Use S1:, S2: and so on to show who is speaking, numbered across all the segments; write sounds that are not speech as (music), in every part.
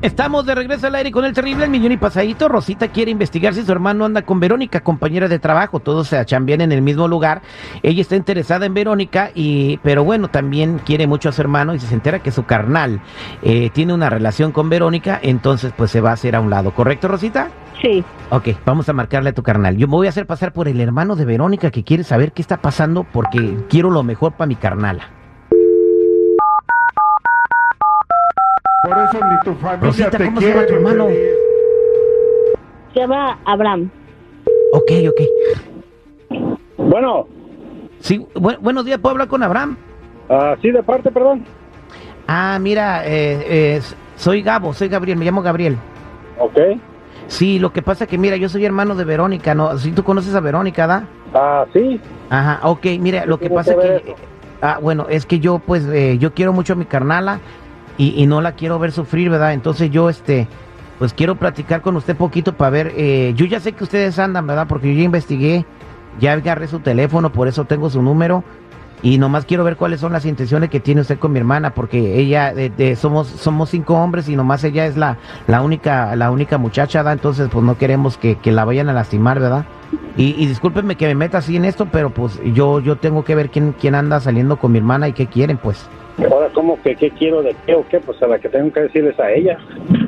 S1: Estamos de regreso al aire con el terrible El Millón y Pasadito. Rosita quiere investigar si su hermano anda con Verónica, compañera de trabajo. Todos se achambian en el mismo lugar. Ella está interesada en Verónica, y, pero bueno, también quiere mucho a su hermano y si se entera que su carnal eh, tiene una relación con Verónica, entonces pues se va a hacer a un lado. ¿Correcto, Rosita?
S2: Sí.
S1: Ok, vamos a marcarle a tu carnal. Yo me voy a hacer pasar por el hermano de Verónica que quiere saber qué está pasando porque quiero lo mejor para mi carnala.
S3: Por eso ni tu familia
S1: Rosita,
S3: te
S1: ¿cómo se
S3: quiere.
S1: llama tu hermano?
S3: Feliz.
S2: Se llama Abraham.
S1: Ok, ok.
S4: Bueno,
S1: Sí, bu- buenos días, ¿puedo hablar con Abraham?
S4: así de parte, perdón.
S1: Ah, mira, eh, eh, soy Gabo, soy Gabriel, me llamo Gabriel.
S4: Ok.
S1: Sí, lo que pasa es que, mira, yo soy hermano de Verónica, ¿no? Si tú conoces a Verónica, ¿da?
S4: Ah, sí.
S1: Ajá, ok, mira, lo que
S4: tiene
S1: pasa
S4: que ver
S1: es que...
S4: eso?
S1: Ah, bueno, es que yo, pues, eh, yo quiero mucho a mi carnala y, y no la quiero ver sufrir, ¿verdad? Entonces yo, este, pues quiero platicar con usted poquito para ver... eh, yo ya sé que ustedes andan, ¿verdad? Porque yo ya investigué, ya agarré su teléfono, por eso tengo su número. Y nomás quiero ver cuáles son las intenciones que tiene usted con mi hermana, porque ella, de- de- somos, somos cinco hombres y nomás ella es la, la única, la única muchacha, ¿da? entonces pues no queremos que, que la vayan a lastimar, ¿verdad? Y, y discúlpenme que me meta así en esto, pero pues yo, yo tengo que ver quién, quién anda saliendo con mi hermana y qué quieren, pues.
S4: Ahora, ¿cómo que qué quiero de qué o qué? Pues a la que tengo que decirles a ella.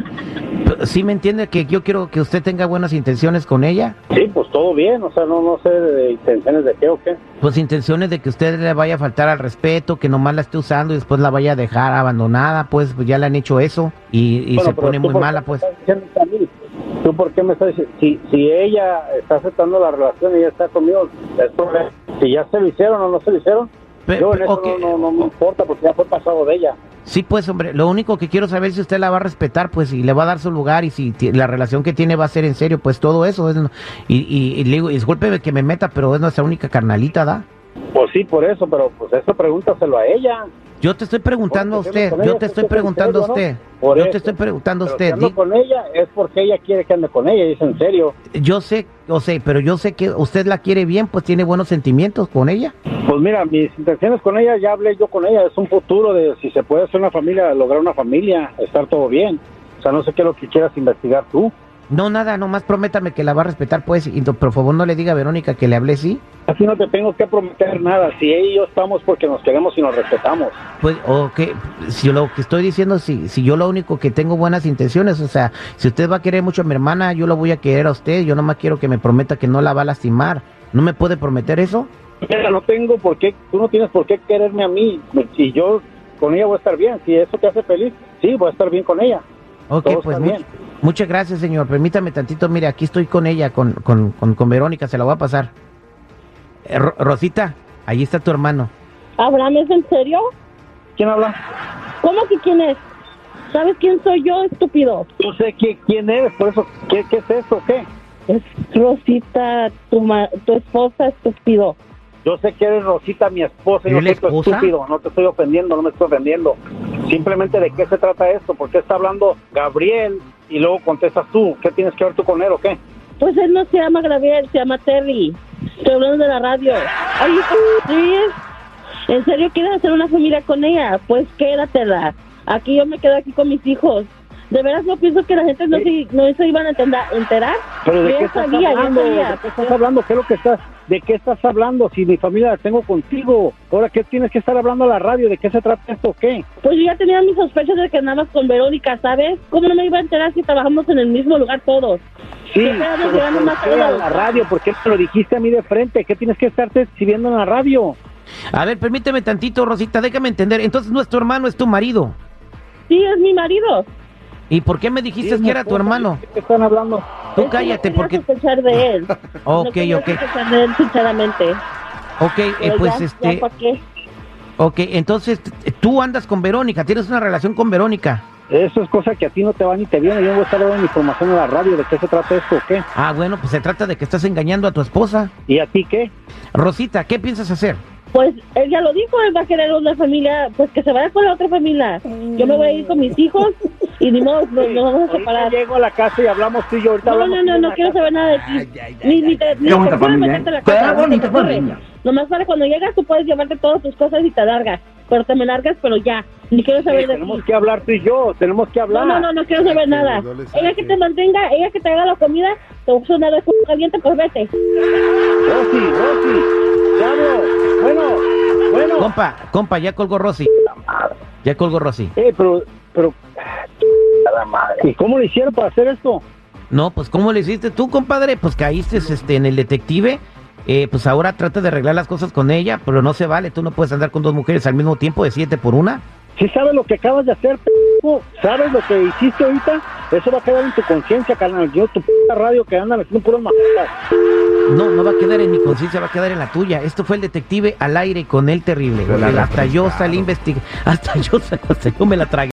S1: P- Sí me entiende que yo quiero que usted tenga buenas intenciones con ella,
S4: Sí, pues todo bien. O sea, no, no sé de intenciones de qué o qué.
S1: pues intenciones de que usted le vaya a faltar al respeto, que nomás la esté usando y después la vaya a dejar abandonada, pues, pues ya le han hecho eso y, y
S4: Bueno,
S1: se
S4: pero
S1: pone
S4: tú
S1: muy
S4: por qué
S1: mala,
S4: me
S1: pues.
S4: estás diciendo esto a mí? ¿Tú por qué me estás diciendo? Si, si ella está aceptando la relación y ya está conmigo, es problema. Si ya se lo hicieron o no se lo hicieron,
S1: Pe-
S4: yo en
S1: pe-
S4: eso
S1: ok.
S4: no, no- no me importa porque ya fue pasado de ella.
S1: Sí, pues, hombre, lo único que quiero saber es si usted la va a respetar, pues, y le va a dar su lugar, y si ti- la relación que tiene va a ser en serio, pues, todo eso. es- y, y- y le digo, discúlpeme que me meta, pero es nuestra única carnalita, ¿da?
S4: Pues sí, por eso, pero pues eso pregúntaselo a ella.
S1: Yo te estoy preguntando a
S4: Porque si
S1: usted,
S4: ando con
S1: yo
S4: ella,
S1: te
S4: es
S1: estoy
S4: que es en
S1: preguntando a
S4: serio,
S1: usted,
S4: ¿no? Por
S1: yo te
S4: eso.
S1: estoy preguntando a
S4: Pero
S1: usted.
S4: si ando
S1: di-
S4: con ella es porque ella quiere que ande con ella, y es en serio.
S1: Yo sé, o sé, pero yo sé que usted la quiere bien, pues, tiene buenos sentimientos con ella.
S4: Pues mira, mis intenciones con ella, ya hablé yo con ella, es un futuro de si se puede hacer una familia, lograr una familia, estar todo bien. O sea, no sé qué es lo que quieras investigar tú.
S1: No, nada, nomás prométame que la va a respetar, pues, y no- por favor no le diga a Verónica que le hablé, ¿sí?
S4: Así no te tengo que prometer nada. Si ella y yo estamos porque nos queremos y nos respetamos.
S1: Pues, o que si lo que estoy diciendo, si, si yo lo único que tengo buenas intenciones, o sea, si usted va a querer mucho a mi hermana, yo la voy a querer a usted, yo nomás quiero que me prometa que no la va a lastimar. ¿No me puede prometer eso?
S4: Mira, no tengo por qué, tú no tienes por qué quererme a mí. Si yo con ella voy a estar bien, si eso te hace feliz, sí, voy a estar bien con ella.
S1: Ok,
S4: Todo
S1: pues
S4: está
S1: mu-
S4: bien.
S1: muchas gracias, señor. Permítame tantito, mire, aquí estoy con ella, con, con, con, con Verónica, se la voy a pasar. Eh, Ro- Rosita, ahí está tu hermano.
S2: ¿Abraham es en serio?
S4: ¿Quién habla?
S2: ¿Cómo que quién es? ¿Sabes quién soy yo, estúpido?
S4: No sé quién, quién eres, por eso, ¿qué, qué es esto? o ¿Qué?
S2: Es Rosita, tu, ma- tu esposa, estúpido.
S4: Yo sé que eres Rosita, mi esposa, y
S1: ¿Eres
S4: no
S1: la
S4: soy tu
S1: esposa?
S4: estúpido, no te estoy ofendiendo, no me estoy ofendiendo. Simplemente de qué se trata esto, por qué está hablando Gabriel y luego contestas tú, ¿qué tienes que ver tú con él o qué?
S2: Pues él no se llama Gabriel, se llama Terry. Estoy hablando de la radio. Ay, ¿sí? ¿En serio quieres hacer una familia con ella? Pues quédatela. Aquí yo me quedo aquí con mis hijos. De veras no pienso que la gente no se, no se iban a entenda- enterar.
S4: Pero de
S2: Yo
S4: qué
S2: ya
S4: estás
S2: sabía, ya
S4: hablando,
S2: sabía.
S4: de qué estás hablando, qué es lo que estás, de qué estás hablando, si mi familia la tengo contigo, ahora qué tienes que estar hablando a la radio, de qué se trata esto o qué?
S2: Pues yo ya tenía mis sospechas de que andabas con Verónica, ¿sabes? ¿Cómo no me iba a enterar si trabajamos en el mismo lugar todos?
S4: Sí,
S2: ¿Qué pedo,
S4: pero
S2: llegando
S4: ¿por
S2: más
S4: qué a
S2: tarde?
S4: la radio, ¿por qué me lo dijiste a mí de frente? ¿Qué tienes que estarte exhibiendo en la radio?
S1: A ver, permíteme tantito, Rosita, déjame entender. Entonces, nuestro hermano es tu marido.
S2: Sí, es mi marido.
S1: ¿Y por qué me dijiste
S4: Sí,
S1: que era tu
S4: esposa,
S1: hermano?
S4: ¿De qué están hablando?
S1: Tú
S2: Es que
S1: cállate,
S2: no quería
S1: porque...
S2: sospechar de él. no
S1: (laughs) Ok,
S2: quería
S1: ok,
S2: sospechar de él, sinceramente.
S1: ok, eh,
S2: Pero
S1: pues
S2: ya-
S1: este...
S2: ya pa' qué.
S1: Ok, entonces t- tú andas con Verónica, tienes una relación con Verónica.
S4: Eso es cosa que a ti no te va ni te viene. Yo no voy a estar dando información a la radio de qué se trata esto o qué.
S1: Ah, bueno, pues se trata de que estás engañando a tu esposa.
S4: ¿Y a ti qué?
S1: Rosita, ¿qué piensas hacer?
S2: Pues él ya lo dijo, él va a querer una familia, pues que se vaya con la otra familia. Yo me voy a ir con mis hijos y ni modo, nos, nos vamos a
S4: Ahorita
S2: separar.
S4: llego a la casa y hablamos tú y yo. Ahorita
S2: No, no, no,
S4: hablamos tú y yo
S2: no,
S4: en
S2: no
S4: la
S2: quiero
S4: casa.
S2: saber nada de ti. Ni, ni te,
S5: Qué
S2: ni te
S5: bonita
S2: ocurra
S5: familia,
S2: meterte a la
S5: ¿eh? Qué
S2: casa, ni te
S5: bonita
S2: ocurre.
S5: familia.
S2: Nomás para cuando llegas tú puedes llevarte todas tus cosas y te largas. pero te me largas, pero ya. Ni quiero saber
S4: Eh,
S2: de
S4: tenemos
S2: ti.
S4: que hablar tú y yo, tenemos que hablar.
S2: No, no, no, no quiero saber nada.
S3: No le saque.
S2: Ella que te mantenga, ella que te haga la comida, te voy a sonar el culo caliente, pues vete.
S4: Rosy, Rosy, Diablo, bueno, bueno.
S1: Compa, compa, ya colgó Rosy. Ya colgó Rosy.
S4: Eh, pero, pero, la madre. ¿Y cómo le hicieron para hacer esto?
S1: No, pues ¿cómo le hiciste tú, compadre? Pues caíste este, en el detective. Eh, pues ahora trata de arreglar las cosas con ella, pero no se vale. Tú no puedes andar con dos mujeres al mismo tiempo, decídete por una.
S4: Si sabes lo que acabas de hacer, p***? ¿sabes lo que hiciste ahorita? Eso va a quedar en tu conciencia, carnal. Yo, tu p radio que andan haciendo puras mamadas.
S1: No, no va a quedar en mi conciencia, va a quedar en la tuya. Esto fue el detective al aire con el terrible.
S3: Se la
S1: hasta yo
S3: refrescaron.
S1: (laughs) salí investigar. Hasta yo, sa- hasta yo me la tragué.